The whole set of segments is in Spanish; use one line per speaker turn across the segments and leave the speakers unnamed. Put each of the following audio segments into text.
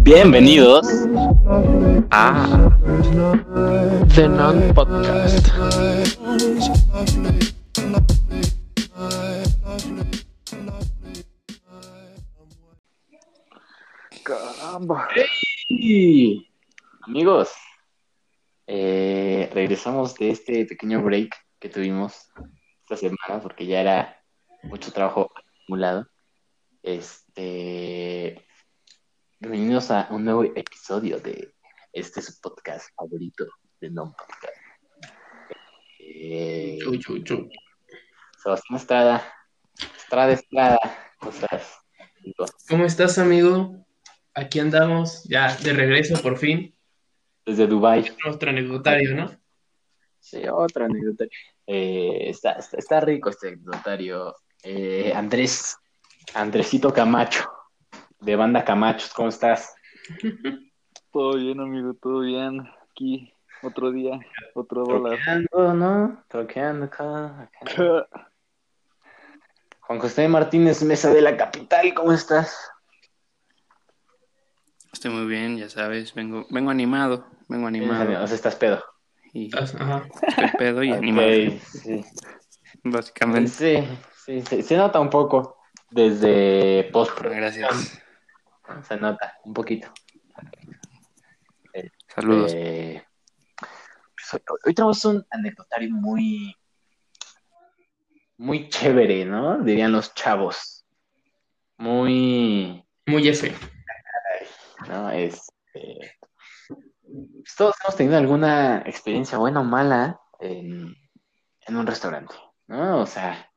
Bienvenidos
a The Non Podcast.
Caramba. Hey, amigos, eh, regresamos de este pequeño break que tuvimos esta semana porque ya era mucho trabajo acumulado. Este, bienvenidos a un nuevo episodio de este su podcast favorito de Non Podcast. Eh,
Uy, uy, uy.
Sebastián Estrada, Estrada Estrada, cosas.
¿Cómo estás, amigo? Aquí andamos, ya de regreso por fin.
Desde Dubai.
Nuestro anecdotario, ¿no?
Sí, otro anecdotario. Eh, está, está, está rico este anecdotario. Eh, Andrés, Andresito Camacho, de Banda Camachos, ¿cómo estás?
Todo bien, amigo, todo bien. Aquí, otro día, otro dólar.
Troqueando, ¿no? Troqueando acá. acá. Juan José Martínez Mesa de la Capital, ¿cómo estás?
Estoy muy bien, ya sabes, vengo, vengo animado, vengo
Eh, O
animado.
sea, estás pedo.
Y
Ajá.
estoy pedo y
Ok,
animado,
sí.
básicamente.
Sí, sí, sí, se nota un poco desde post
Gracias.
se nota un poquito.
Saludos.
Eh, pues, hoy, hoy tenemos un anecdotario muy, muy chévere, ¿no? Dirían los chavos. Muy,
Muy F.
¿no? Este, pues, todos hemos tenido alguna experiencia buena o mala en, en un restaurante, ¿no? O sea,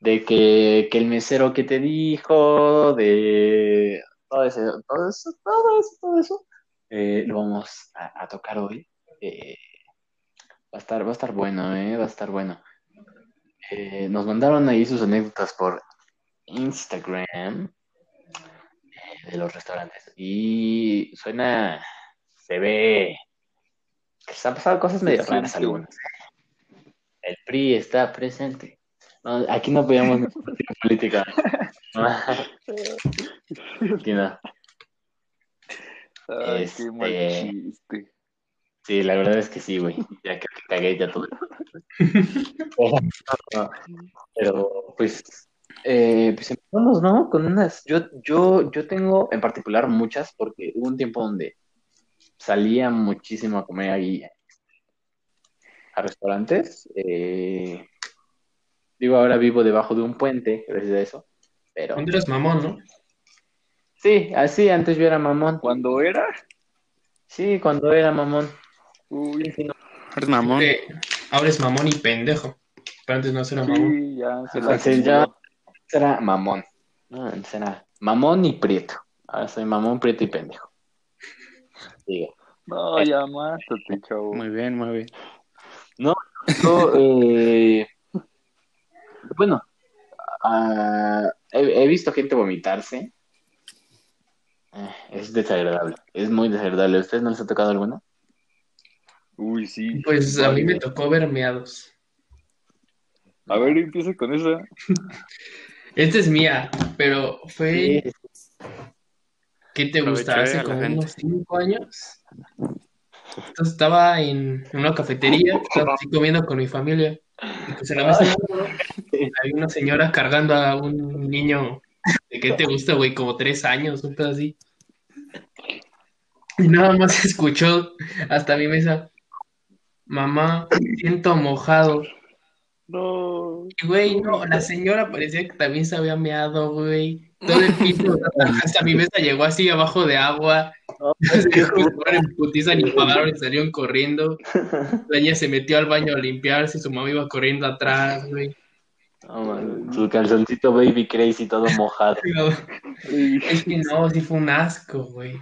de que, que el mesero que te dijo, de todo ese- todo eso, todo eso, todo eso, eh, lo vamos a, a tocar hoy. Eh, va a estar, va a estar bueno, ¿eh? Va a estar bueno. Eh, nos mandaron ahí sus anécdotas por Instagram eh, de los restaurantes. Y suena, se ve que se han pasado cosas medio
Sí,
raras
sí.
algunas. El PRI está presente. No, aquí no podíamos política. Aquí no.
Ay,
Este-
qué mal chiste.
Sí, la verdad es que sí, güey. Ya que me cagué, ya todo. Pero, pues, eh, pues empezamos, ¿no? Con unas. Yo, yo, yo tengo en particular muchas, porque hubo un tiempo donde salía muchísimo a comer ahí a restaurantes. eh, digo, ahora vivo debajo de un puente, gracias a eso. Pero
¿Dónde eres mamón, no?
sí, así antes yo era mamón.
¿Cuándo era?
Sí, cuando era mamón.
Uy,
Eres mamón.
Que ahora es mamón y pendejo. Pero antes no era mamón.
sí, ya se la
Entonces Ah, ya era mamón. ¿no? Antes era mamón y prieto. Ahora soy mamón, prieto y pendejo. Digo,
No, ya mátate, chavo.
Muy bien, muy bien.
yo, eh, bueno, ah, he, he visto gente vomitarse. Eh, Es desagradable, es muy desagradable. ¿A ¿Ustedes no les ha tocado alguna?
Uy, sí.
Pues a mí me tocó ver meados.
A ver, empieza con esa.
Esta es mía, pero fue.
Sí.
¿Qué te gusta?
Aprovechar
Hace
a la
como
gente.
unos cinco años. Entonces estaba en en una cafetería, estaba así comiendo con mi familia. Y pues en la mesa había una señora cargando a un niño de qué te gusta, güey, como tres años, un pedo así. Y nada más escuchó hasta mi mesa. Mamá, siento mojado.
No.
Y, Güey, no, la señora parecía que también se había meado, güey. Todo el piso, hasta mi mesa llegó así abajo de agua. Se en putiza ni pagaron y salieron corriendo. La niña se metió al baño a limpiarse, su mamá iba corriendo atrás, güey.
No, man, su calzoncito baby crazy todo mojado.
Pero
Uy,
Es que no, sí fue un asco, güey.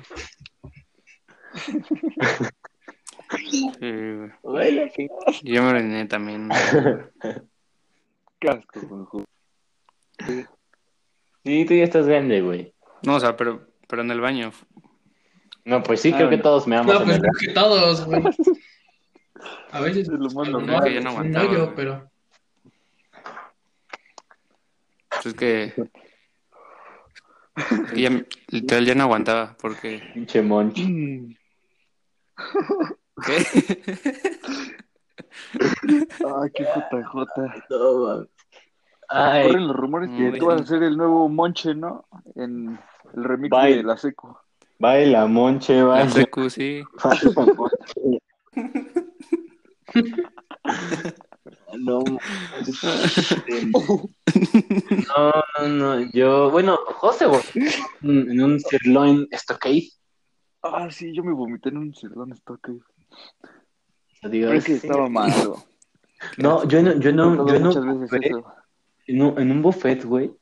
Sí, güey.
Bueno, qué
Yo me oriné también.
casco, Juanjo.
Sí, tú ya estás grande, güey.
No, o sea, pero, pero en el baño.
No, pues sí,
Ah,
creo que
bueno.
todos me amamos
No,
en
pues
el
creo que todos, güey. A veces
Es lo más
no,
normal.
ya no
no,
aguantaba,
yo,
güey.
pero
Pues es que. Y ya, literal, ya no aguantaba porque...
Pinche monch.
¿Qué?
Ay, qué JJ.
No, mames. Ay,
Corren los rumores que
Muy
tú vas a ser el nuevo Monche, ¿no? En el remix
Bye.
de La Seco.
baila, monche,
La
baila.
secu, sí.
No, no, no, no, yo, bueno, José, güey, en un sirloin stockade,
Ah, sí, yo me vomité en un cerdón estoque.
yo digo,
Pero es que estaba malo.
no, yo no, yo no, yo
Contado
no,
muchas veces eso.
en un, en un buffet, güey,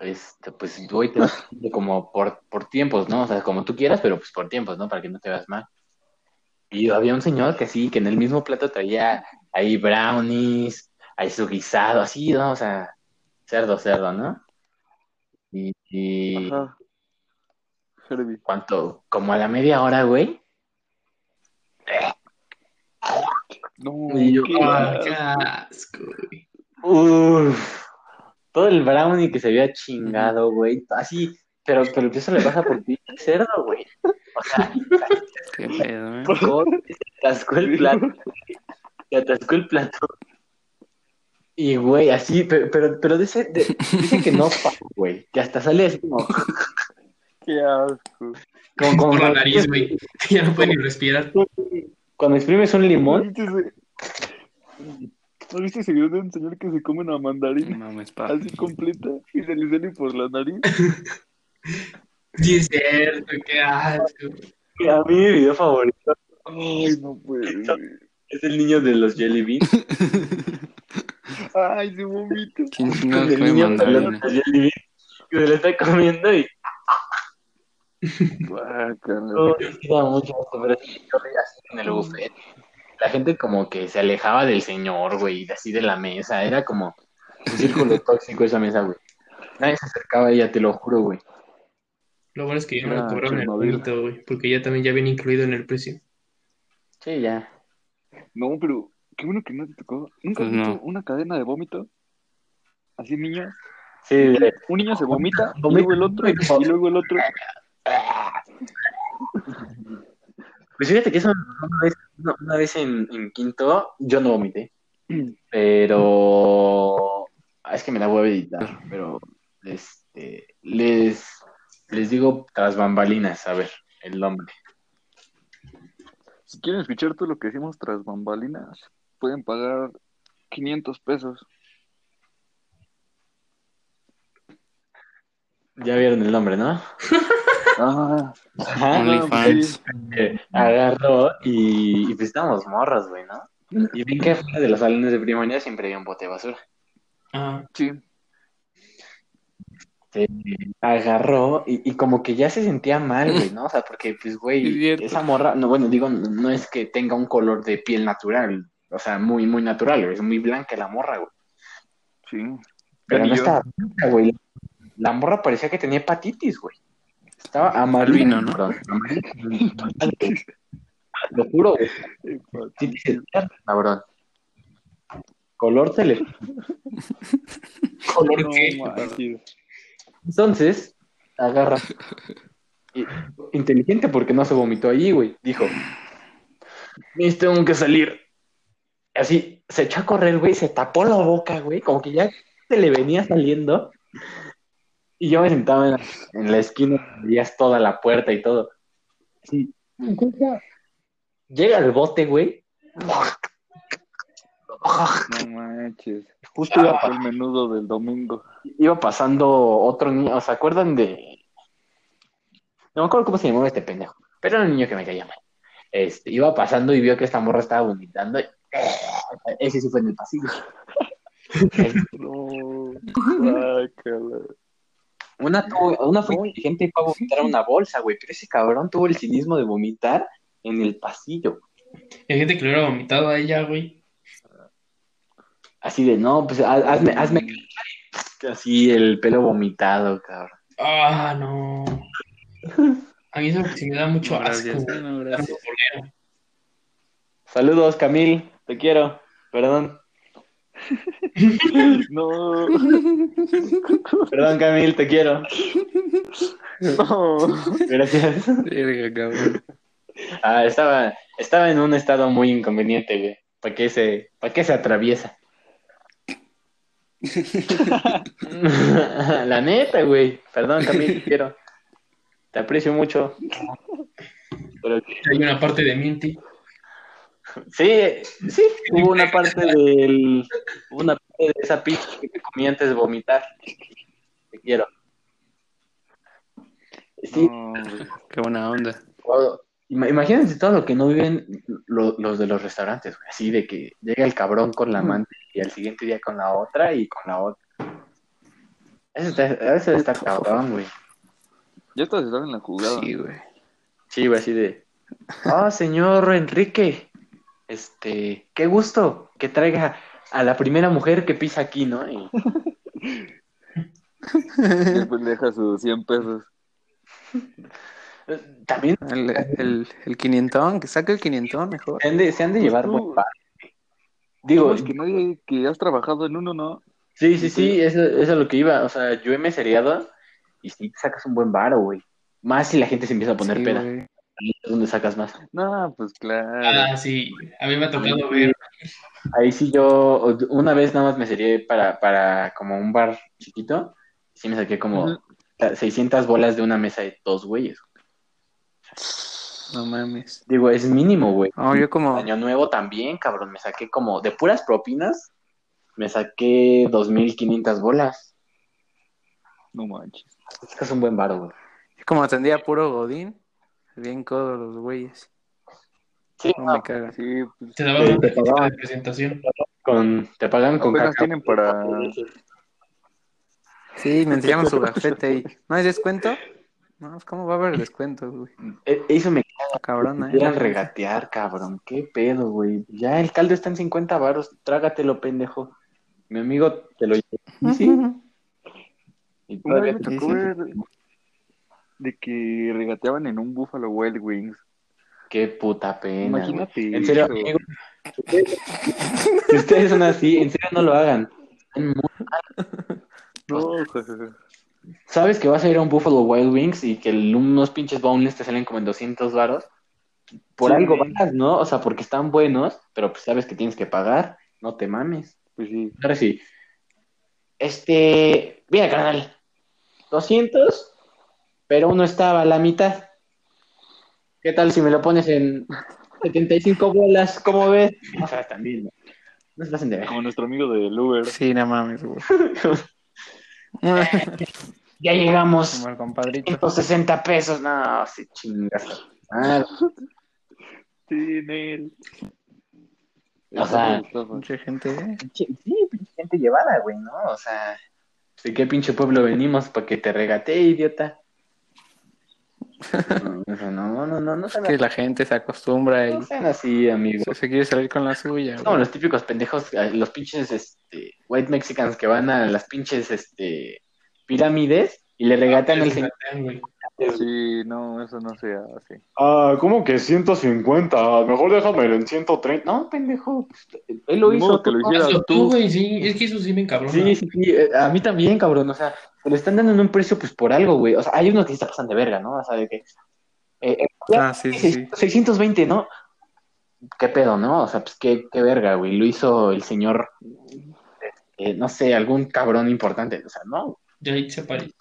este, pues, güey, te vas de como por, por tiempos, ¿no? O sea, como tú quieras, pero pues por tiempos, ¿no? Para que no te veas mal. Y había un señor que sí, que en el mismo plato traía ahí brownies, ahí su guisado, así, ¿no? O sea, cerdo, cerdo, ¿no? Y, y
Ajá. Ah, Herbie.
cuanto, como a la media hora, güey,
No,
Y yo,
qué
Ah,
asco.
qué asco, güey.
Uf, todo el brownie que se había chingado, güey. Así, pero, pero eso le pasa por ti, cerdo, güey. O sea,
Qué pedo, ¿eh?
atascó, atascó el plato. Se atascó el plato. Y, güey, así, pero, pero, pero dice, de- dice que no, pa, güey. Que hasta sale así como,
qué asco.
como, como
Por la
cuando,
nariz, güey. Ya no puede ni respirar.
cuando exprimes un
¿No
limón.
viste ese- ¿No viste ese video de un señor que se come una
No
mandarina
mames, pa.
así completa y se le sale por la nariz?
Sí, es cierto, qué asco.
A mí mi video favorito
Ay, no puede. ser.
es el niño de los jelly beans.
Ay, se vomita.
¿Quién
con
chingados
el
come
niño pelón
mandarina?
de Jelly Bean, que se lo está comiendo y
Guácala.
todo da mucho asco, pero sí, yo reía así en el buffet. La gente como que se alejaba del señor, güey, de así de la mesa. Era como un círculo tóxico esa mesa, güey. Nadie se acercaba a ella, te lo juro, güey.
Lo bueno es que ya no
Ah,
me cobraron el
Chernobyl.
punto, güey, porque ya también ya viene incluido en el precio.
Sí, ya.
No, pero qué bueno que no te tocó. ¿Nunca has
Pues no.
visto una cadena de vómito? Así niño.
Sí, de-
Un niño se vomita, y
Vomita.
luego el otro, y luego el otro.
Pues fíjate que eso una vez, una- una vez en, en quinto, yo no vomité. Pero ah, es que me la voy a editar, pero este les, les digo tras bambalinas, a ver, el nombre.
Si quieren escuchar todo lo que decimos tras bambalinas, pueden pagar 500 pesos.
Ya vieron el nombre, ¿no?
Ah,
Ajá.
OnlyFans.
Eh, agarró y, y pues estábamos morros, güey, ¿no? Y ven que afuera de los salones de primaria siempre había un bote de basura.
Ah,
sí.
Agarró y, y como que ya se sentía mal, güey, ¿no? O sea, porque, pues,
Es
güey,
cierto.
esa morra, no, bueno, digo, no es que tenga un color de piel natural, o sea, muy, muy natural, güey, es muy blanca la morra, güey.
Sí.
Pero
Ni
no
yo.
estaba blanca, güey. La morra parecía que tenía hepatitis, güey. Estaba amarilla.
Albino, ¿no?
cabrón, amarilla. Lo juro, güey. Sí, sí, sí, cabrón. Color tele.
color
No,
gay.
manches.
Entonces, agarra. Y- inteligente porque no se vomitó allí, güey. Dijo, mis tengo que salir. Así, se echó a correr, güey, se tapó la boca, güey, como que ya se le venía saliendo. Y yo me sentaba en la, en la esquina, veías toda la puerta y todo. Así, llega el bote, güey.
No manches.
Justo iba
Ah,
a
fue el menudo del domingo.
iba pasando otro niño, ¿se acuerdan de? No me acuerdo cómo se llamaba este pendejo, pero era un niño que me caía mal. Este, iba pasando y vio que esta morra estaba vomitando. y- eh, Ese sí fue en el pasillo.
No. guácala.
Una, tuvo- una fue inteligente y fue a vomitar a una bolsa, güey, pero ese cabrón tuvo el cinismo de vomitar en el pasillo.
Hay gente que le hubiera vomitado a ella, güey.
Así de, no, pues ha- hazme, hazme así el pelo vomitado, cabrón.
Ah, no. A mí eso sí me da mucho
No,
asco,
gracias.
güey.
No, gracias.
Saludos, Camil, te quiero. Perdón.
No,
Perdón, Camil, te quiero.
no.
Gracias.
Verga, cabrón.
Ah, estaba, estaba en un estado muy inconveniente, güey. ¿Para qué se, para qué se atraviesa? La neta, güey. Perdón, Camil, te quiero. Te aprecio mucho. Pero-
Hay una parte de mí en ti.
sí, sí, hubo una parte del, hubo una parte de esa pizza que te comí antes de vomitar. Te quiero. Sí,
No, güey.
Qué buena onda.
Todo. Ima- Imagínense todo lo que no viven lo- los de los restaurantes, güey, así de que llega el cabrón con la amante y al siguiente día con la otra y con la otra. Eso está, eso debe estar cabrón, güey.
Ya estás están en la jugada.
Sí, güey.
Sí, güey, así de, ah, señor Enrique, este, qué gusto que traiga a la primera mujer que pisa aquí, ¿no? Y-
Después le deja sus 100 pesos.
eh, también
El, el, el quinientón, que saque el quinientón mejor.
se han de, se han de llevar
Pues tú-
buen par.
Digo,
Digo,
es que nadie que has trabajado en uno, ¿no?
Sí, sí, sí, eso, eso es lo que iba. O sea, yo he meseriado y sí te sacas un buen varo, güey. Más si la gente se empieza a poner
Sí,
peda.
güey.
Ahí es donde sacas más.
No, pues claro.
Ah, sí. A mí me ha tocado ver.
Ahí sí yo, una vez nada más me serié para, para como un bar chiquito. Sí me saqué como
Ujú.
600 bolas de una mesa de dos güeyes.
No mames.
Digo, es mínimo, güey.
Ah,
No, yo como.
Año nuevo también, cabrón. Me saqué como, de puras propinas, me saqué 2.500 bolas.
No manches.
Te sacas un buen varo, güey.
Yo como atendía puro Godín. Bien codo los güeyes.
Sí,
No me cagan.
Sí, pues
Te daban una tarjeta de presentación.
con, te pagan con
apenas
caca.
tienen para...
Sí, me enseñaban su gafete y. ¿No hay descuento? No, pues, ¿cómo va a haber descuento, güey?
Eh, Eso me
Cabrón, eh.
Quieran regatear, cabrón. ¿Qué pedo, güey? Ya el caldo está en 50 varos. Trágatelo, pendejo. Mi amigo te lo llevó. Sí. Y
Una
todavía
vez me
te
tocó
dice,
ver de que regateaban en un Buffalo Wild Wings.
Qué puta pena. güey.
Imagínate
En serio,
eso.
amigos, ustedes- si ustedes son así, en serio no lo hagan. Están muy-
No, jajaja.
¿Sabes que vas a ir a un Buffalo Wild Wings y que el- unos pinches boneless te salen como en 200 varos? Por
Sí,
algo
güey.
vas, ¿no? O sea, porque están buenos, pero pues sabes que tienes que pagar. No te mames.
Pues sí.
Ahora sí. Este, mira, carnal. 200, pero uno estaba a la mitad. ¿Qué tal si me lo pones en 75 bolas? ¿Cómo ves? O sea, también. No, no se pasen de ver.
Como nuestro amigo del Uber.
Sí, no mames, güey.
Ya llegamos.
Como el compadrito.
160 pesos. No, se chingas. Ah,
Sí, Nel.
O sea,
Mucha gente, eh.
pinche- sí, pinche gente llevada, güey, ¿no? O sea, ¿de qué pinche pueblo venimos para que te regatee, idiota? No, o sea, no, no, no, no se me
Que la gente se acostumbra y
No sean así, amigos.
se quiere salir con la suya,
Es como
güey.
los típicos pendejos, eh, los pinches este, white mexicans que van a las pinches este, pirámides y le regatean el señor.
Regatean, güey.
Sí, no, eso no se hace.
Ah, ¿cómo que 150? Mejor déjame en 130.
No, pendejo. pues, Él lo
Ni
hizo.
modo que
tú
lo
no.
hicieras.
Eso tú, güey, sí. Es que eso sí me encabrona.
Sí, sí, sí. eh, A mí también, cabrón. O sea, te lo están dando en un precio, pues por algo, güey. O sea, hay unos que sí se pasan de verga, ¿no? O sea, de que. eh, eh,
Ah, sí, sí, sí.
620, ¿no? ¿Qué pedo, no? O sea, pues qué, qué verga, güey. Lo hizo el señor. eh, no sé, algún cabrón importante. O sea, no,
De ahí se parece.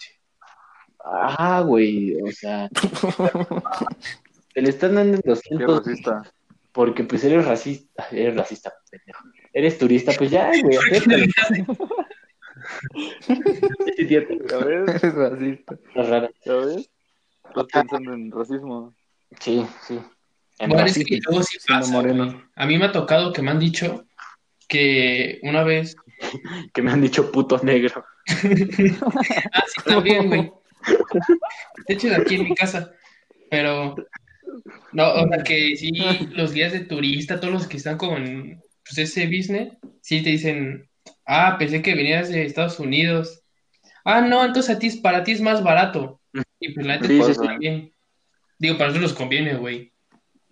Ajá, güey, o sea, te le están dando en
Qué
200
racista.
porque pues eres racista, eres racista, pendejo. Eres turista, pues ya, güey, acéptalo. Sí, tío, te-
¿Ya ves?
Eres racista.
es raro.
¿Ya ves? Estás pensando en racismo.
Sí, sí. En
Bueno, es
racismo.
que luego sí
Siendo
pasa,
moreno.
güey. A mí me ha tocado que me han dicho que una vez.
que me han dicho puto negro.
Ah, sí, también, güey. De hecho, aquí en mi casa. Pero. No, o sea, que sí, los guías de turista, todos los que están con pues, ese business, sí te dicen. Ah, pensé que venías de Estados Unidos. Ah, no, entonces a ti, es- para ti es más barato. Y pues la neta
Sí,
sí,
pues,
sí.
también. Digo, para nosotros nos conviene, güey.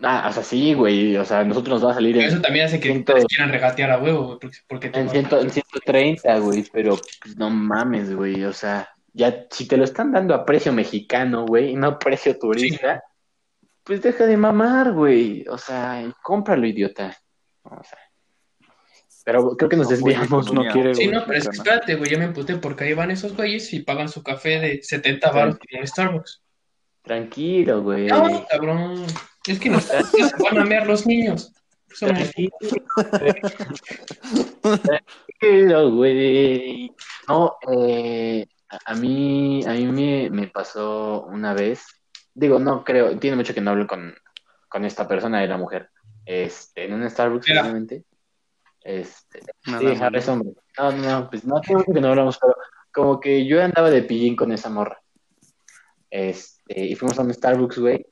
Ah, o sea, sí, güey. O sea, nosotros nos va a salir en,
Eso también hace que
Siento-
todos quieran regatear a huevo, güey, porque, porque tú
en,
vas-
ciento- en 130, güey. Pero pues, no mames, güey. O sea, ya si te lo están dando a precio mexicano, güey, y no a precio turista, pues deja de mamar, güey. O sea, y cómpralo, idiota. O sea. Pero creo que nos
No, güey,
desviamos, no
economía.
quiere,
Sí,
güey.
no, pero es que
Mexicana.
espérate, güey, ya me emputé porque ahí van esos güeyes y pagan su café de 70 baros como en Starbucks.
Tranquilo, güey.
Eh,
No, Ah, cabrón. Es que nos se van a mear los niños. Eso no-
Tranquilo, güey. No, eh, a- a mí, a mí me, me pasó una vez. Digo, no creo, tiene mucho que no hablo con, con esta persona, era mujer. Este, en un Starbucks,
Era.
obviamente. Este,
Nada
sí,
más.
Harry es hombre. No, no, no, pues no, tiene mucho que no hablamos, pero como que yo andaba de pillín con esa morra. Este, y fuimos a un Starbucks, güey.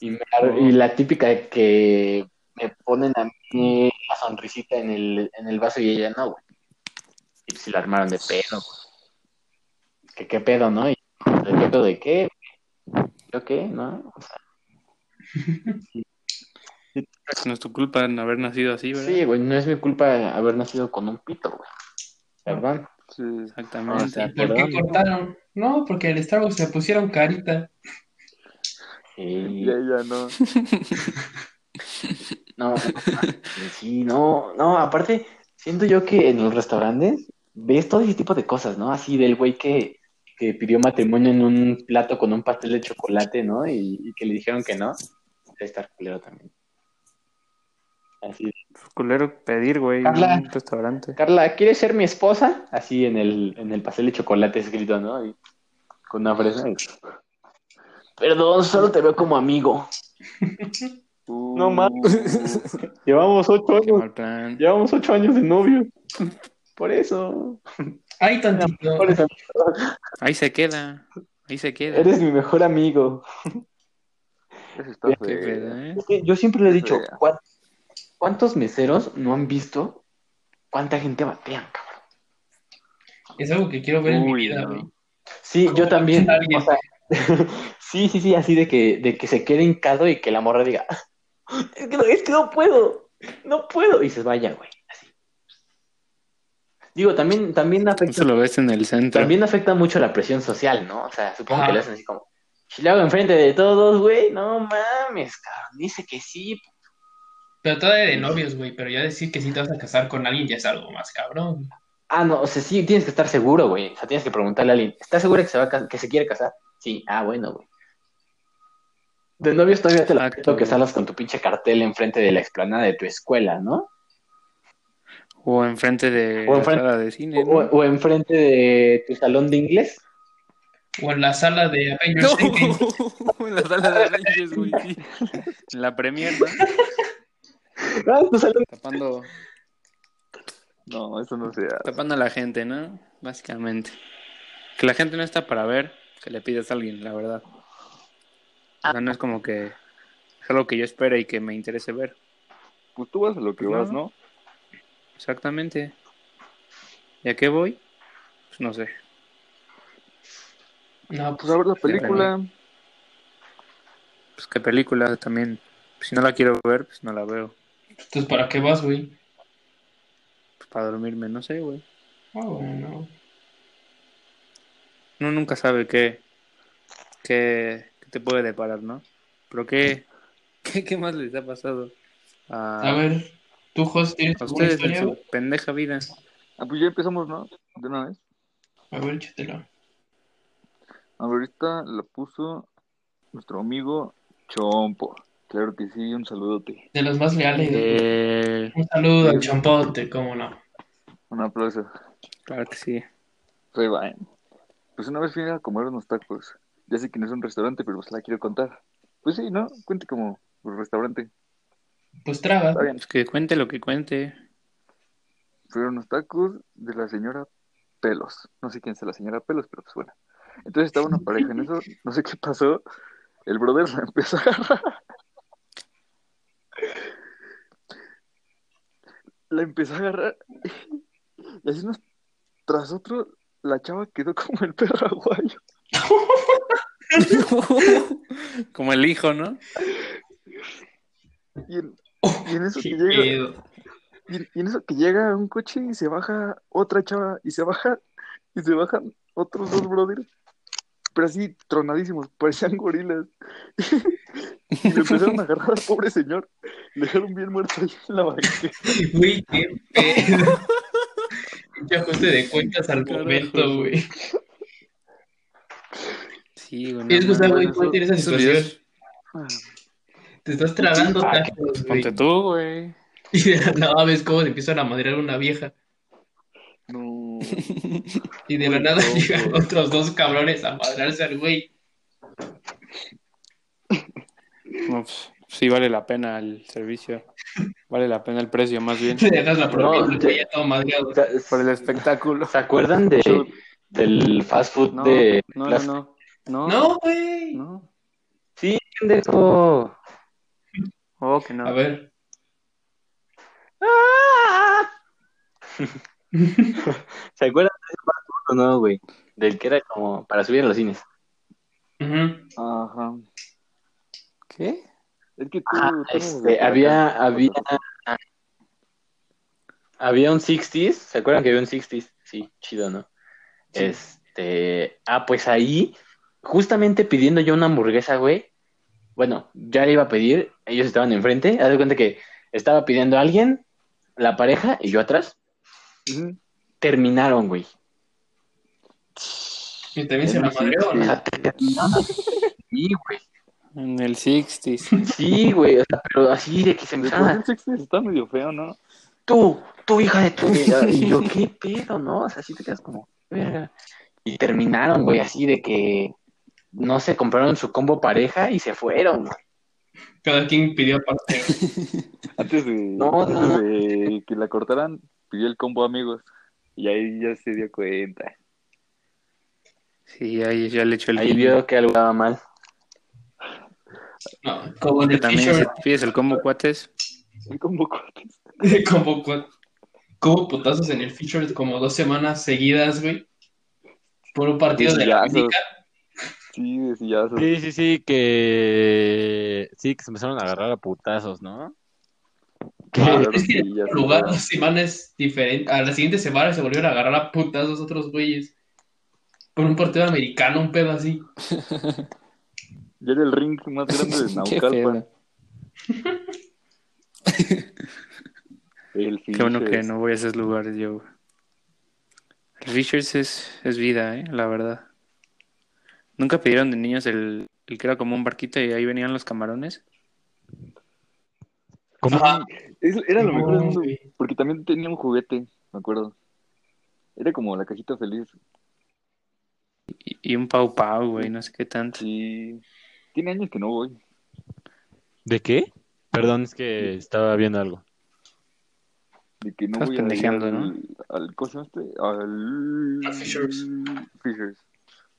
Y, me- y la típica que me ponen a mí la sonrisita en el, en el vaso y ella no, güey. Y si la armaron de pedo, güey. Que qué pedo, ¿no? Y ¿de qué pedo de qué? ¿Yo qué? ¿No? O sea,
No es tu culpa en haber nacido así, ¿verdad?
sí, güey, no es mi culpa haber nacido con un pito, güey. Perdón.
Sí.
Exactamente.
O sea,
¿Por
perdón.
qué cortaron? No, porque el Starbucks le pusieron carita.
Sí.
Ya, ya, no.
No, sí, no, no, aparte, siento yo que en los restaurantes ves todo ese tipo de cosas, ¿no? Así del güey que, que pidió matrimonio en un plato con un pastel de chocolate, ¿no? Y, y que le dijeron que no. Debe estar culero también. Así.
Culero pedir, güey,
Carla.
en un restaurante.
Carla, ¿quieres ser mi esposa? Así en el, en el pastel de chocolate escrito, ¿no? Y con una fresa. Perdón, solo te veo como amigo.
no
mames.
Llevamos ocho
Qué
años.
mal plan.
Llevamos ocho años de novio.
Por eso.
Ay, tantito.
Por eso.
Ahí se queda. Ahí se queda.
Eres mi mejor amigo.
Eso está
Qué pedo,
feo.
¿eh?
Es que Yo siempre le he dicho,
Fea.
"¿Cuán- ¿cuántos meseros no han visto cuánta gente batean, cabrón?
Es algo que quiero ver en mi
Uy,
vida,
no.
güey.
Sí,
¿Cómo
yo también.
batea alguien?
o sea, sí, sí, sí, así de que, de que se quede hincado y que la morra diga, es que no, es que no puedo, no puedo. Y se vaya, güey. Así. Digo, también, también afecta,
Eso lo ves en el centro.
también afecta mucho la presión social, ¿no? O sea, supongo
Ajá.
que le hacen así como, si le hago enfrente de todos, güey, no mames, cabrón, dice que sí.
Pero todavía de novios, güey. Pero ya decir que si te vas a casar con alguien ya es algo más cabrón.
Ah, no, o sea, sí, tienes que estar seguro, güey. O sea, tienes que preguntarle a alguien, ¿estás segura que se va a cas- que se quiere casar? Sí, ah, bueno, güey. De novios todavía te la
Exacto,
creo que
güey.
salas con tu pinche cartel enfrente de la explanada de tu escuela, ¿no?
O enfrente de
O enfrente-
la sala de cine. ¿no?
O, o enfrente de tu salón de inglés.
O en la sala de Avengers Endgame.
No, en la sala de Avengers, güey. sí. En la premier, ¿no?
Ah, tu salón.
Tapando,
No, eso no se hace.
tapando a la gente, ¿no? Básicamente. Que la gente no está para ver que le pidas a alguien, la verdad. O sea, no es como que es algo que yo espere y que me interese ver.
Pues tú vas a lo que
Pues
vas,
no.
¿no?
Exactamente. ¿Y a qué voy? Pues no sé.
No,
Pues a ver la película.
Pues qué película también. Si no la quiero ver, pues no la veo.
Entonces, ¿para qué vas, güey?
Pues para dormirme, no sé, güey.
Ah, bueno.
Uno nunca sabe qué, qué, qué te puede deparar, ¿no? Pero qué, qué, qué más les ha pasado a,
A ver, tú, Jos, ¿tienes
a
alguna
ustedes en
historia?
su pendeja vida.
Ah, pues ya empezamos, ¿no? De una vez.
A ver, échatela.
A ver, ahorita la puso nuestro amigo Chompo. Claro que sí, un saludote.
De los más leales.
Eh,
Un saludo al champote, cómo no.
Un aplauso.
claro que sí.
Ahí va, ¿eh? Pues una vez fui a comer unos tacos. Ya sé que no es un restaurante, pero pues la quiero contar. Pues sí, ¿no? Cuente como un restaurante.
Pues traga.
Está bien.
Pues que cuente lo que cuente.
fueron unos tacos de la señora Pelos. No sé quién es la señora Pelos, pero pues bueno. Entonces estaba una pareja en eso, no sé qué pasó. El brother la empezó a agarrar. La empezó a agarrar. Y así unos tras otro, la chava quedó como el perro aguayo.
Como el hijo, ¿no?
Y en, y en eso
Qué
que llega,
pedo.
y en- y en eso que llega un coche y se baja otra chava y se baja y se bajan otros dos brothers. Pero así tronadísimos, parecían gorilas. y le empezaron a agarrar al pobre señor. Le dejaron bien muerto ahí en la banqueta.
Güey, qué pedo. Pinche ajuste de cuentas al
Carajo.
momento, güey.
Sí, güey. no
Es que, o sea,
mames.
güey, ¿cuál tiene esa
Esos
situación?
videos,
Te estás tragando
Ah,
tacos, güey.
Ponte tú, güey.
Y de la nada ves cómo se empiezan a madrear una vieja.
No.
Y de la
Uy,
nada
no,
llegan
güey.
otros dos cabrones a madrarse al güey.
No, pues, sí, vale la pena el servicio. Vale la pena el precio, más bien.
Te dejas la propina,
No,
güey, ya todo madreado.
Por el espectáculo.
¿Se acuerdan de, del fast food
No,
de
no, no,
las-
no. No,
No, güey.
no.
Sí, pendejo.
Oh, que no.
A ver.
¿Se acuerdan de ese fast food o no, güey? Del que era como para subir a los cines.
Ujú.
Ajá.
¿Qué?
Es que tú.
Ah,
tú eres de
este,
por
había,
Mm, acá.
había, había un 60s, ¿se acuerdan que había un 60s? Sí, chido, ¿no? Este, ah, pues ahí, justamente pidiendo yo una hamburguesa, güey, bueno, ya le iba a pedir, ellos estaban enfrente, haz de cuenta que estaba pidiendo a alguien, la pareja y yo atrás, Ah.
Ujú.
terminaron, güey.
Y también se la madreó,
O
¿no?
sea, terminaron. Sí, güey.
En el 60s.
Sí, güey, o sea, pero así de que se
Después
empezaron a
del sexo está medio feo, ¿no?
tú, tú hija de tu vida. Y yo, ¿qué pedo, no? O sea, así te quedas como, verga. Y terminaron, güey, así de que, no se compraron su combo pareja y se fueron, güey.
Cada quien pidió aparte.
Antes de,
No, no,
antes
no.
de que la cortaran, pidió el combo amigos. Y ahí ya se dio cuenta.
Sí, ahí ya le echó el
Ahí vio que algo estaba mal.
No, como en
Que
el
también si
t-shirt.
pides el combo cuates.
El combo cuates.
Como cu- como putazos en el feature como dos semanas seguidas, güey. Por un partido de la
Putazos.
física.
Sí, de sillazos.
Sí, sí, sí, que. Sí, que se empezaron a agarrar a putazos, ¿no?
Ah,
Claro,
es que
sí, ya
en lugar
sé.
dos semanas diferentes. A la siguiente semana se volvieron a agarrar a putas los otros güeyes. Por un partido americano, un pedo así.
Ya era el ring más grande de
Qué feo.
Naucalpan. El
Qué bueno que
Fishes.
no voy a esos lugares yo. güey. El Fishers es, es vida, eh, la verdad. Nunca pidieron de niños el, el que era como un barquito y ahí venían los camarones.
Ajá.
Es- era lo
No,
mejor del mundo.
güey.
Porque también tenía un juguete, me acuerdo. Era como la cajita feliz.
Y, y un pau pau, güey, no sé qué tanto.
Sí. Tiene años que no voy.
¿De qué? Perdón, es que estaba viendo algo.
De que no
Estás
voy a ir
pendejeando,
al,
¿no?
al ¿cómo se llama este? Al
A Fishers.
Fishers.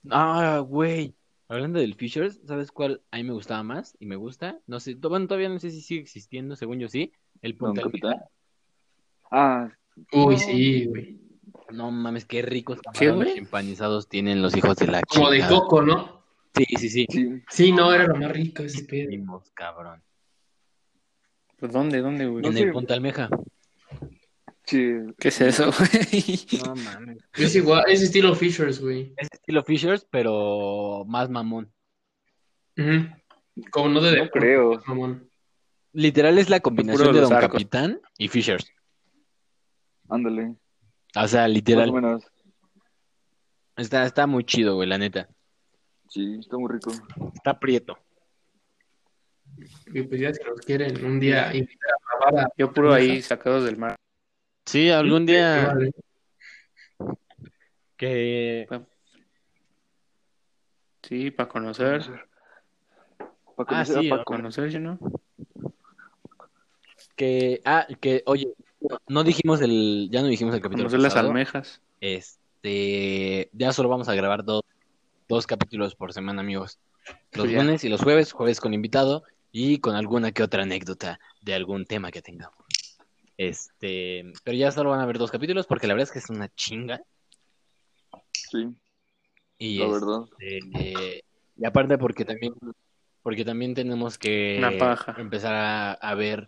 Ah, güey. Hablando del Fishers, ¿sabes cuál a mí me gustaba más? Y me gusta. No sé, to- bueno, todavía no sé si sigue existiendo, según yo sí. El
Don
Punta Almeja.
Capitán. Ah,
Uy, sí, güey.
No mames, qué ricos
¿Qué,
camarones
güey?
empanizados tienen los hijos de la
Como de
chingada.
coco, ¿no?
Sí, sí, sí.
sí.
Sí, no, era lo más rico ese pedo.
Primos, cabrón.
¿Pero ¿Dónde, dónde, güey?
en
sé.
el Punta Almeja.
Che,
¿Qué es eso, güey?
No mames.
Es igual, es estilo Fishers, güey.
Es estilo Fishers, pero más mamón.
Ujú. Como no de
no
deporte,
creo.
mamón.
Literal es la combinación
Puro
de
los
Don
arcos.
Capitán y Fishers.
Ándale.
O sea,
Más o
literal.
menos.
Está, está muy chido, güey, la neta.
Sí, está muy rico.
Está prieto.
Y pues ya si nos quieren un día invitar a grabar a-
Yo puro ahí sacados del mar.
Sí, algún día
Vale.
que...
Sí, para conocer.
Para
Ah,
conocer
sí,
a
Para
Paco.
conocer, yo no.
que ah, que, oye, no dijimos el... Ya no dijimos el capítulo
Conocer las
pasado.
almejas.
Este... Ya solo vamos a grabar dos, dos capítulos por semana, amigos. Los
Pues ya.
lunes y los jueves. Jueves con invitado y con alguna que otra anécdota de algún tema que tengamos. Este... Pero ya solo van a haber dos capítulos porque la verdad es que es una chinga.
Sí,
Y
la
este,
verdad.
Eh, y aparte porque también Porque también tenemos que
Una paja.
empezar a, a ver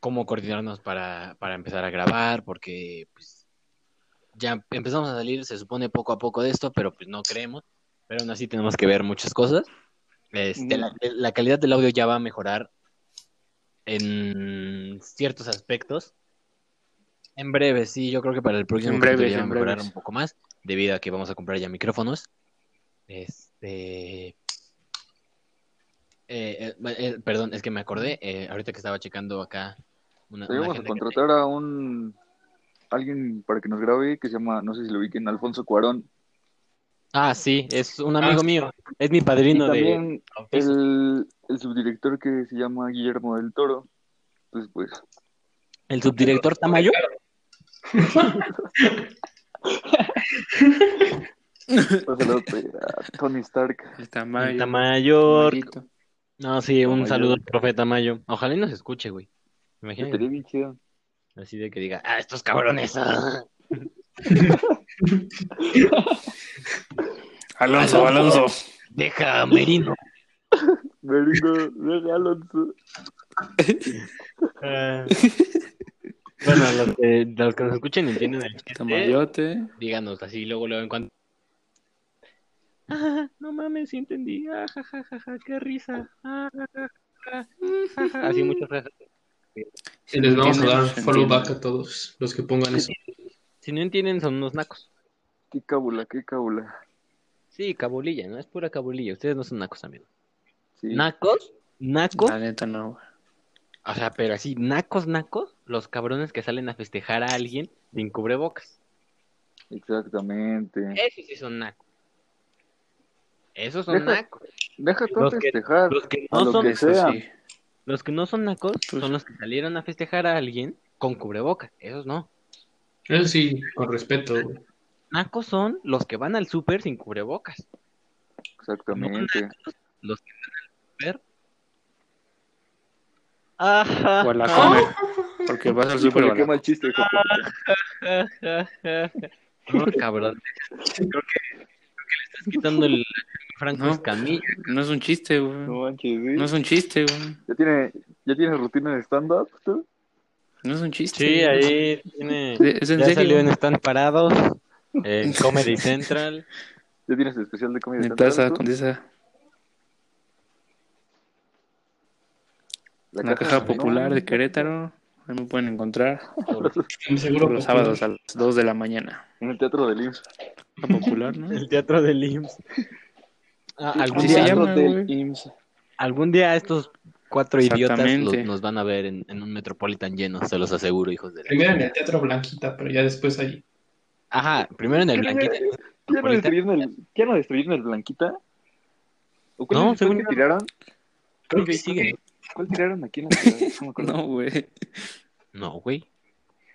cómo coordinarnos para, para empezar a grabar, porque pues, ya empezamos a salir, se supone poco a poco de esto, pero pues no creemos. Pero aún así tenemos que ver muchas cosas. Este, la, la calidad del audio ya va a mejorar en ciertos aspectos. En breve, sí, yo creo que para el próximo
En
capítulo
breves,
ya va a
en
mejorar
breves.
un poco más, debido a que vamos a comprar ya micrófonos. Este. eh, eh, eh, perdón, es que me acordé, eh, ahorita que estaba checando acá una, una
Debemos
agenda que
contratar a un alguien para que nos grabe que se llama, no sé si lo ubiquen, Alfonso Cuarón.
Ah, sí, es un
Ah,
amigo
sí.
mío. Es mi
Y
padrino de.
también
bautizos.
el, el subdirector que se llama Guillermo del Toro. Entonces, pues,
¿El subdirector Tamayo?
pásalo a Tony Stark.
El tamaño.
Tamayo.
Tamayito.
No, sí, un
Tamayo.
saludo al profe Tamayo. Ojalá y nos escuche, güey.
Estaría
Imagínate.
bien chido.
Así de que diga, ah, estos cabrones. ah".
Alonso, Alonso.
Deja, a Merino.
Marico, deja a Alonso.
Ah. bueno, los que, los que nos escuchen entienden el chiste.
Tamayote.
Díganos así, luego, luego en cuanto. Ah, no mames, sí entendí. Ah, ja, ja, ja, ja, qué risa. Ah, ja, ja, ja, ja, ja. Así muchas gracias.
Y les vamos a
Entiendo,
dar
entiendo.
follow back a todos los que pongan eso.
Si no entienden, son unos nacos.
Qué cábula, qué cábula.
Sí, cabulilla, ¿no? Es pura cabulilla. Ustedes no son nacos, amigos.
Sí.
¿Nacos? ¿Nacos?
La neta no, güey.
O sea, pero así, nacos, nacos, los cabrones que salen a festejar a alguien sin cubrebocas.
Exactamente.
Esos sí son nacos. Esos son
Deja-
nacos.
Deja tú
Los que-
festejar.
Los que
a
no
lo
son
que
Eso
sea.
sí.
Los que no son nacos
Pues-
son los que salieron a festejar a alguien con cubrebocas. Esos no.
Eso sí, con respeto, güey.
Nacos son los que van al súper sin cubrebocas.
Exactamente.
Ajá.
O a la comer. Ah. Porque vas al súper. o
Híjole,
a
qué
la-
mal chiste, hijo de puta.
No, cabrón. Creo que, creo que le estás quitando el Franco
No.
Escamilla.
No es un chiste, güey.
No manches, ¿sí?
No es un chiste, güey.
¿Ya, tiene, ¿Ya tienes rutina de stand-up tú?
No es un chiste.
Sí,
güey.
ahí tiene.
Es en
Ya salió en
serio.
Están Parados, en Comedy Central.
¿Ya tienes especial de comedia
En
stand-up
plaza
tú?
con esa.
La
La
caja
caja
de Sonora.
popular de Querétaro. Ahí me pueden encontrar.
Seguro
Todos los sábados a las 2 de la mañana.
En el teatro del IMSS.
La popular, ¿no?
El teatro del IMSS. Ah, algún,
Sí,
El
se
día,
llama,
teatro del
güey.
IMSS.
algún día estos cuatro idiotas
Exactamente.
los- nos van a ver en, en un Metropolitan lleno, se los aseguro, hijos de la...
Primero en el Teatro Blanquita, pero ya después allí.
Ajá, primero en el Blanquita.
¿Ya no
Metropolitan.
destruyeron el, ya no destruyeron el Blanquita? ¿O cuál,
No,
cuál
según
que
yo no.
tiraron?
Creo que sigue.
¿Cuál tiraron aquí en la ciudad? No me acuerdo.
No, güey.
No, güey.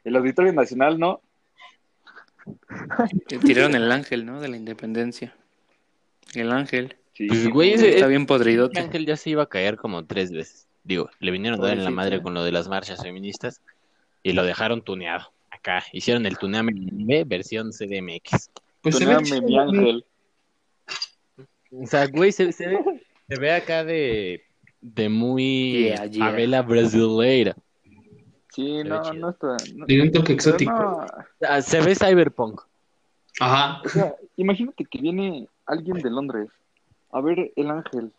El Auditorio Nacional, ¿no?
Que Tiraron el ángel, ¿no? De la independencia. El ángel.
Sí.
Pues, güey, ese-
Está bien
Este
podridote.
Ángel ya se iba a caer como tres veces. Digo, le vinieron a dar en la
Pobrecito.
madre con lo de las marchas feministas y lo dejaron tuneado. Acá hicieron el tuneame de versión CDMX.
Pues se ve
Soname,
chido,
mi
güey.
ángel.
O sea, güey, se, se ve, se ve acá de, de muy
Yeah, yeah.
favela brasileira.
Sí,
ve
no,
chido.
no está. no-
Tiene un toque
pero
exótico.
no,
Ah, Se ve cyberpunk.
Ajá.
o sea, imagínate que viene alguien de Londres a ver el ángel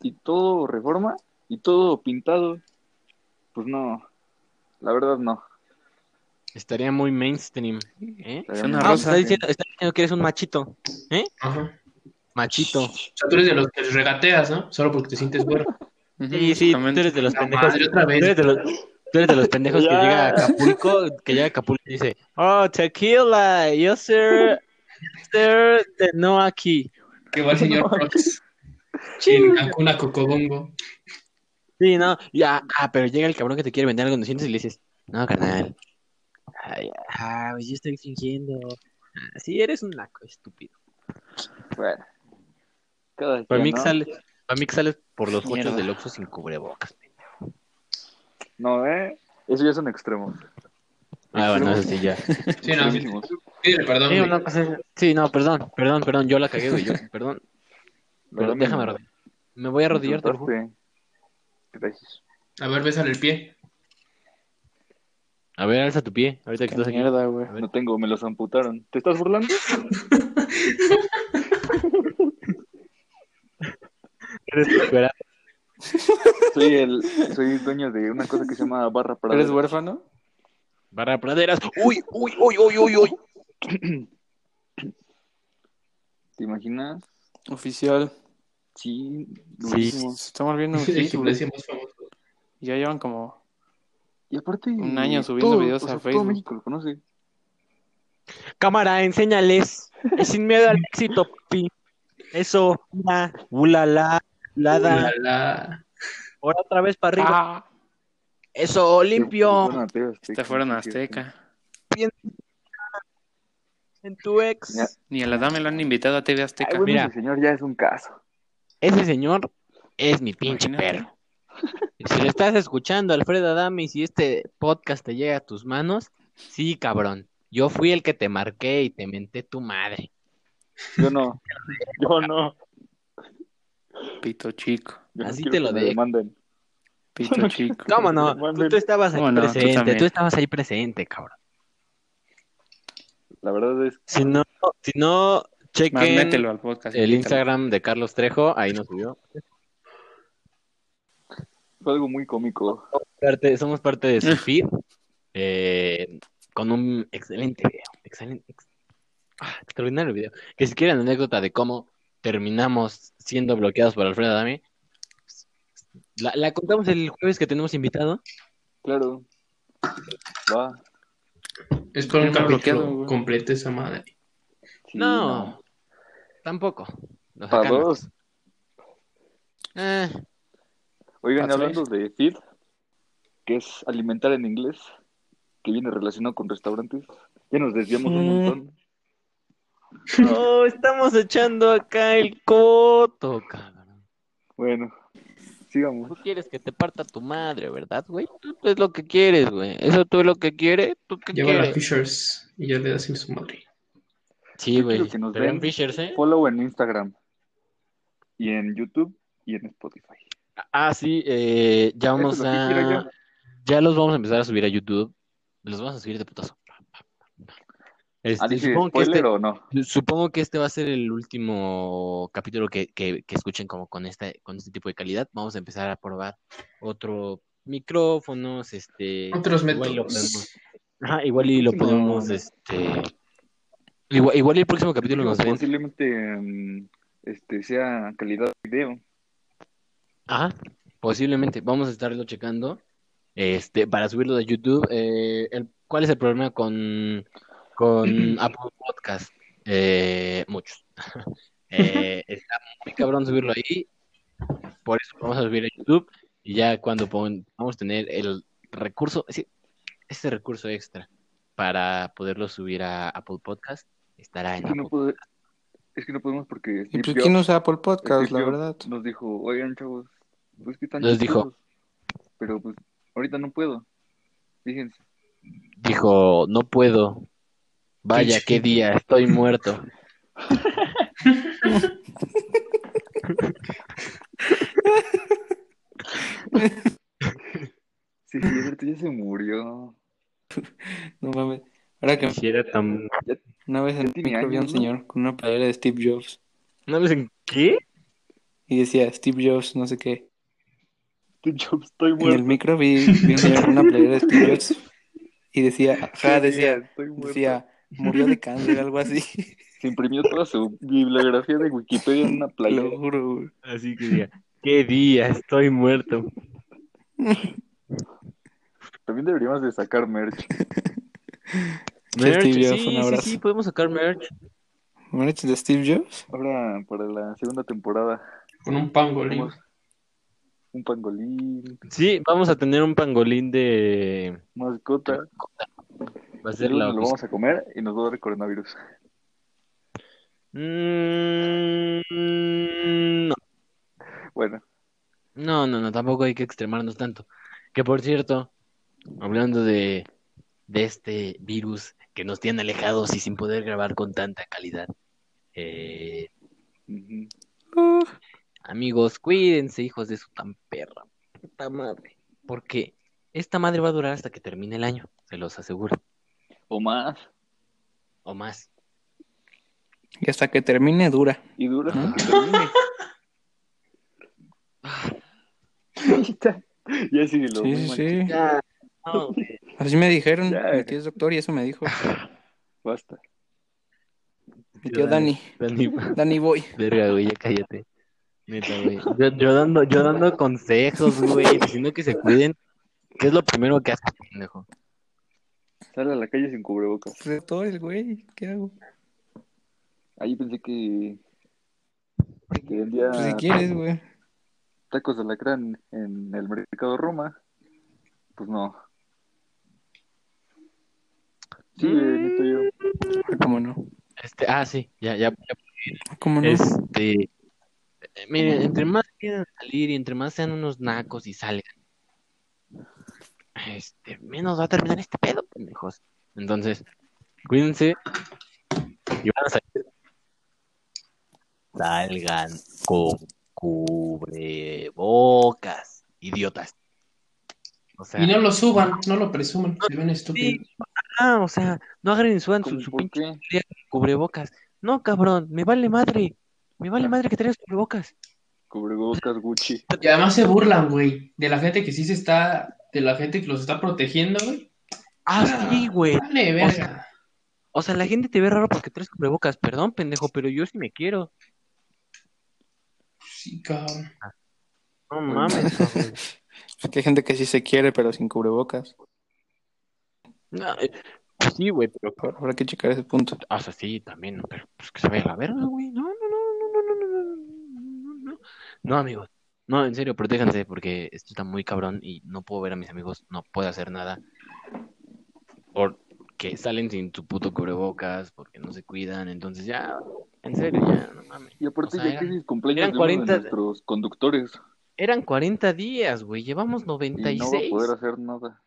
y todo reforma y todo pintado. Pues no, la verdad no.
Estaría muy mainstream. ¿eh?
Estaría
Es
muy-
una
Ah, pues
rosa.
está diciendo, está diciendo que eres un machito.
Ajá.
Machito.
O sea, tú eres de los que regateas, ¿no? Solo porque te sientes bueno.
Ujú,
Sí, sí, tú
exactamente.
eres de los
La
pendejos.
madre, otra
Tú eres
vez.
de los, tú eres de los pendejos que
Ya.
llega a Acapulco, que llega a Acapulco y dice, oh, tequila, yo ser, ser de no aquí.
Que va el señor Rox. En Cancún a Cocobongo.
Sí, no, ya, ah, pero llega el cabrón que te quiere vender algo en 200 y le dices, no, carnal, ay, ah, pues yo estoy fingiendo. Ah, Sí, eres un naco, estúpido.
Bueno, cada quien,
Para mí,
¿no?
que sales, para mí que sales por los
Mierda.
cochos del Oxxo sin cubrebocas.
No, ¿eh? Eso ya es un extremo.
Ah, bueno, eso sí, ya.
Sí, no, sí.
Extremísimos.
Pídele perdón,
Sí,
güey.
una cosa es- sí, no, perdón, perdón, perdón, yo la cagué, güey, yo, perdón,
La
pero
verdad,
déjame
no.
rodear. Me voy a arrodillar, te lo juro.
Insultaste. Gracias.
A ver, bésale el pie.
A ver, alza tu pie. Ahorita que
Qué
estás aquí.
mierda, güey.
A ver.
No tengo, me los amputaron. ¿Te estás burlando?
Eres superado.
Soy el, soy dueño de una cosa que se llama barra para.
¿Eres huérfano?
Barra praderas. Uh, Uy, uy, uy, uy, uy, uy.
¿Te imaginas?
Oficial.
Sí, buenísimo.
Estamos viendo un
El
hit, güey.
gimnasio más famoso.
Ya llevan como.
Y aparte.
Un año subiendo
todo,
videos
o sea,
a
Todo
Facebook.
México lo conoce.
Cámara, enséñales. Y sin miedo al éxito, papi. Eso, mira, ulala, lada.
La, la.
Ahora otra vez para
Ah.
arriba. Eso, limpio.
Fueron Azteca,
Te fueron a
sí, sí, sí.
Azteca.
En tu ex.
Ya.
Ni a la dama la han invitado a TV
Ay,
Azteca.
bueno,
Mira.
ese señor ya es un caso.
Ese señor es mi pinche
Imagínate.
perro. Si lo estás escuchando, Alfredo Adame, y si este podcast te llega a tus manos, sí, cabrón. Yo fui el que te marqué y te menté tu madre.
Yo no. Yo no.
Pito chico.
Yo
Así
no quiero
te lo
que me
dejo.
demanden.
Pito chico.
¿Cómo no? Tú, tú estabas ahí
¿Cómo no? Tú
presente,
también.
tú, estabas ahí presente, cabrón.
La verdad es
Si no, si no,
Más
chequen
mételo al podcast.
El
mételo.
Instagram de Carlos Trejo, ahí nos subió.
fue algo muy cómico.
Parte- somos parte de su feed eh, con un excelente video. Excelente, ex- ah, extraordinario video. Que si quieren anécdota de cómo terminamos siendo bloqueados por Alfredo Adame, la, la contamos el jueves que tenemos invitado.
Claro. Va.
Es por un
Nunca bloqueado,
capítulo
güey.
completo esa madre.
Sí,
no, tampoco. Lo
Para
sacamos.
dos.
Eh,
Oigan, y
Para
hablando de feed, que es alimentar en inglés, que viene relacionado con restaurantes, ya nos desviamos un montón.
No, Oh, estamos echando acá el cot.
todo cabrón.
Bueno, sigamos.
Tú quieres que te parta tu madre, ¿verdad, güey? Tú, tú es lo que quieres, güey. Eso tú es lo que quieres. ¿Tú qué
Lleva a
quieres?
la Fishers y ya le das en su madre.
Sí, güey.
quiero que nos
Pero en
den
Fishers, ¿eh?
Follow en Instagram, y en YouTube, y en Spotify.
Ah, sí, eh, ya
Eso es
vamos
lo que quiero
a.
yo.
Ya los vamos a empezar a subir a YouTube. Los vamos a subir de putazo. Este,
Ah, dije,
supongo, que
¿spoiler
este,
o no?
supongo que este va a ser el último capítulo que, que- que escuchen como con este, con este tipo de calidad. Vamos a empezar a probar otro micrófonos, este,
Otros
igual y lo
métodos.
podemos, ajá, igual y lo
Próximo-
podemos, este, igual, igual y el próximo capítulo nos ven,
Posiblemente mm, este, sea calidad de video.
Ajá, posiblemente. Vamos a estarlo checando. Este, para subirlo a YouTube. Eh, el- ¿cuál es el problema con, con Apple Podcast? Eh, muchos. Eh, está muy cabrón subirlo ahí. Por eso lo vamos a subir a YouTube. Y ya cuando pon- vamos a tener el recurso, sí, ese recurso extra para poderlo subir a Apple Podcast, estará en
Es que no,
Apple.
puedo- es que no podemos porque
¿Y
Steve
pues
Jobs-
quién usa Apple
Steve
Podcast, la
Jobs
verdad?
Nos dijo, oigan, chavos, pues que están
Nos dijo.
chistosos, Pero pues, ahorita no puedo. Fíjense.
Dijo, no puedo. Vaya, qué día, estoy muerto.
Sí, es cierto, ya se murió.
No mames. Ahora que
Quisiera tan...
una vez en
Ya
el
tiene
micro vi a un
años, ¿no?
señor con una playera de Steve Jobs
¿No me dicen qué?
y decía Steve Jobs, no sé qué.
Steve Jobs, estoy
En el
muerto.
micro vi, vi un señor con una playera de Steve Jobs y decía, ajá,
Sí,
decía,
estoy muerto.
decía, murió de cáncer, algo así.
Se imprimió toda su bibliografía de Wikipedia en una playera.
Lo juro, güey.
Así que diga, qué día, estoy muerto.
También deberíamos de sacar merch.
Merch,
Steve Jobs, un
sí, sí,
abrazo.
sí, podemos sacar merch.
¿Merch de Steve Jobs?
Ahora, para la segunda temporada,
Con un pangolín.
Vamos. un pangolín,
Sí, vamos a tener un pangolín de...
mascota.
Va a
Y
ser
luego
la
nos lo vamos a comer y nos va a dar coronavirus.
Mm, no.
Bueno,
no, no, no, tampoco hay que extremarnos tanto. Que por cierto, hablando de, de este virus que nos tiene alejados y sin poder grabar con tanta calidad, eh,
ujú.
Amigos, cuídense, hijos de su tan perra. Puta madre. Porque esta madre va a durar hasta que termine el año, se los aseguro.
O más.
O más.
Y hasta que termine dura.
Y dura.
¿no?
Ya sí lo
Sí, sí, sí.
Ya,
Así me dijeron.
Ya.
Mi tío es doctor y eso me dijo.
Basta.
Mi tío Dani.
Dani,
Dani Boy.
verga, güey, ya cállate. Neta, güey. Yo, yo dando, yo dando consejos, güey, diciendo que se cuiden. ¿Qué es lo primero que haces, pendejo?
Sale a la calle sin cubrebocas.
Pues de todo el güey. ¿Qué hago?
Ahí pensé que. que vendía
Pues si quieres, güey.
tacos de alacrán en el mercado Roma. Pues no. Sí, güey, neta, yo.
Ah, ¿Cómo no?
Este, ah, sí, ya, ya, ya
Ah, ¿Cómo no?
Este, eh, miren, entre más quieran salir y entre más sean unos nacos y salgan, este, menos va a terminar este pedo, pendejos. Entonces, cuídense y van a salir. Salgan con cubrebocas, idiotas. O sea,
Y no lo suban, no lo presuman, se ven estúpidos.
ah, o sea, no agarren y suban su,
¿Cómo
su
por
pinche
qué?
cubrebocas. No, cabrón, me vale madre. Me
Ah.
vale madre que traigas cubrebocas.
Cubrebocas Gucci.
Y además se burlan, güey, de la gente que sí se está, de la gente que los está protegiendo, güey.
Ah, sí, güey.
Dale,
O
verga.
sea, O sea, la gente te ve raro porque traes cubrebocas. Perdón, pendejo, pero yo sí me quiero.
Sí, cabrón.
No mames. cabrón.
Porque hay gente que sí se quiere, pero sin cubrebocas.
No, eh, pues sí, güey, pero.
Habrá- Habrá que checar ese punto.
O sea, sí, también, ¿no? pero pues que se vaya a la verga, güey. No, no, no, no, no, no, no, no, no, no, no. No, amigos. No, en serio, protéjanse porque esto está muy cabrón y no puedo ver a mis amigos, no puedo hacer nada. Porque salen sin tu puto cubrebocas, porque no se cuidan, entonces ya, en serio, ya, no mames.
Y aparte,
O sea,
ya
eran-
que es el cumpleaños
eran
de uno
40
de nuestros conductores.
Eran 40 días, güey, llevamos
Y
96.
no va a poder hacer nada.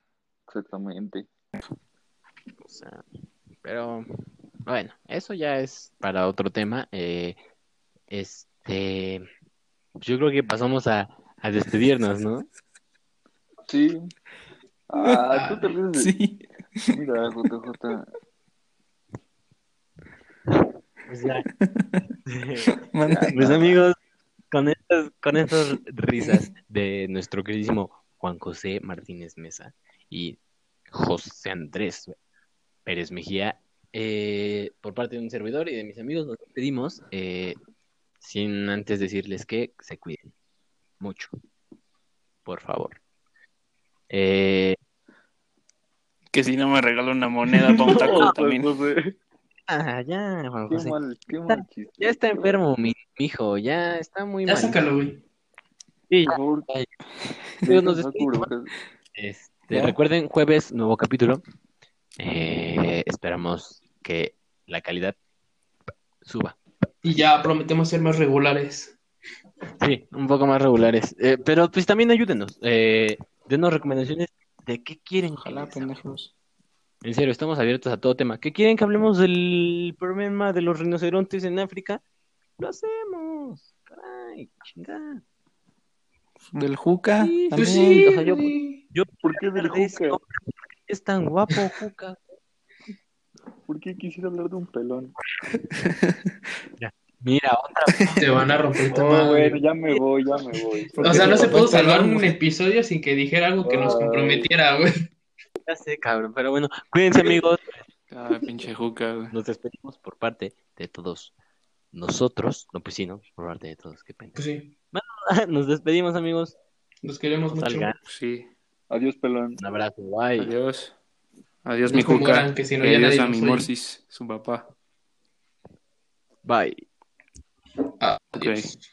Exactamente.
O sea, pero bueno, eso ya es para otro tema. Eh, este, yo creo que pasamos a, a despedirnos, ¿no?
Sí. Ah, tú te ríes de...
Sí.
Mira, JJ.
Manda.
Mis amigos, con estas, con estas risas de nuestro queridísimo Juan José Martínez Mesa y José Andrés Pérez Mejía, eh, por parte de un servidor y de mis amigos, nos pedimos, sin antes decirles que se cuiden mucho, por favor. Eh,
Que si no me regalo una moneda para un taco también.
ah, ya, Juan
Qué
José.
mal, qué mal chiste.
Ya está enfermo, mi hijo, ya está muy
Ya
mal.
sácalo, güey.
Sí,
Por favor,
Amigos, nos
deja usar
despedimos.
cubrebocas.
Este, recuerden, jueves, nuevo capítulo. Eh, esperamos que la calidad suba.
Y ya prometemos ser más regulares.
Sí, un poco más regulares. Eh, pero pues también ayúdenos. Eh, denos recomendaciones de qué quieren.
Ojalá, pendejos.
En serio, estamos abiertos a todo tema. ¿Qué quieren que hablemos del problema de los rinocerontes en África? Lo hacemos. Caray, chingada.
Del Juca.
Sí,
también.
Pues sí,
o sea, yo-
güey.
Yo
¿Por qué del
de ese
Juca?
hombre, ¿por qué es tan guapo, Juca.
¿Por qué quisiera hablar de un pelón?
Mira, otra
Te van a romper tu
Oh,
madre.
bueno, ya me voy, ya me voy.
O sea, no se pudo
Ah, Porque-
salvar un episodio sin que dijera algo que
Oh.
nos
Ay.
comprometiera, güey.
ya sé, cabrón. Pero bueno, cuídense, amigos.
Ah, pinche Juca, güey.
Nos despedimos por parte de todos nosotros. No, pues sí, ¿no? Por parte de todos, qué pena.
Pues sí,
Nos despedimos, amigos.
los queremos mucho.
Salgan.
Sí.
Adiós, pelón.
Un abrazo, bye.
Adiós. Adiós,
No
mi
se mueran,
Juca.
que si no
Y
ya
adiós
nadie
a
nos
mi
oye.
Morsis, su papá.
Bye.
Ah,
Ok.
Adiós.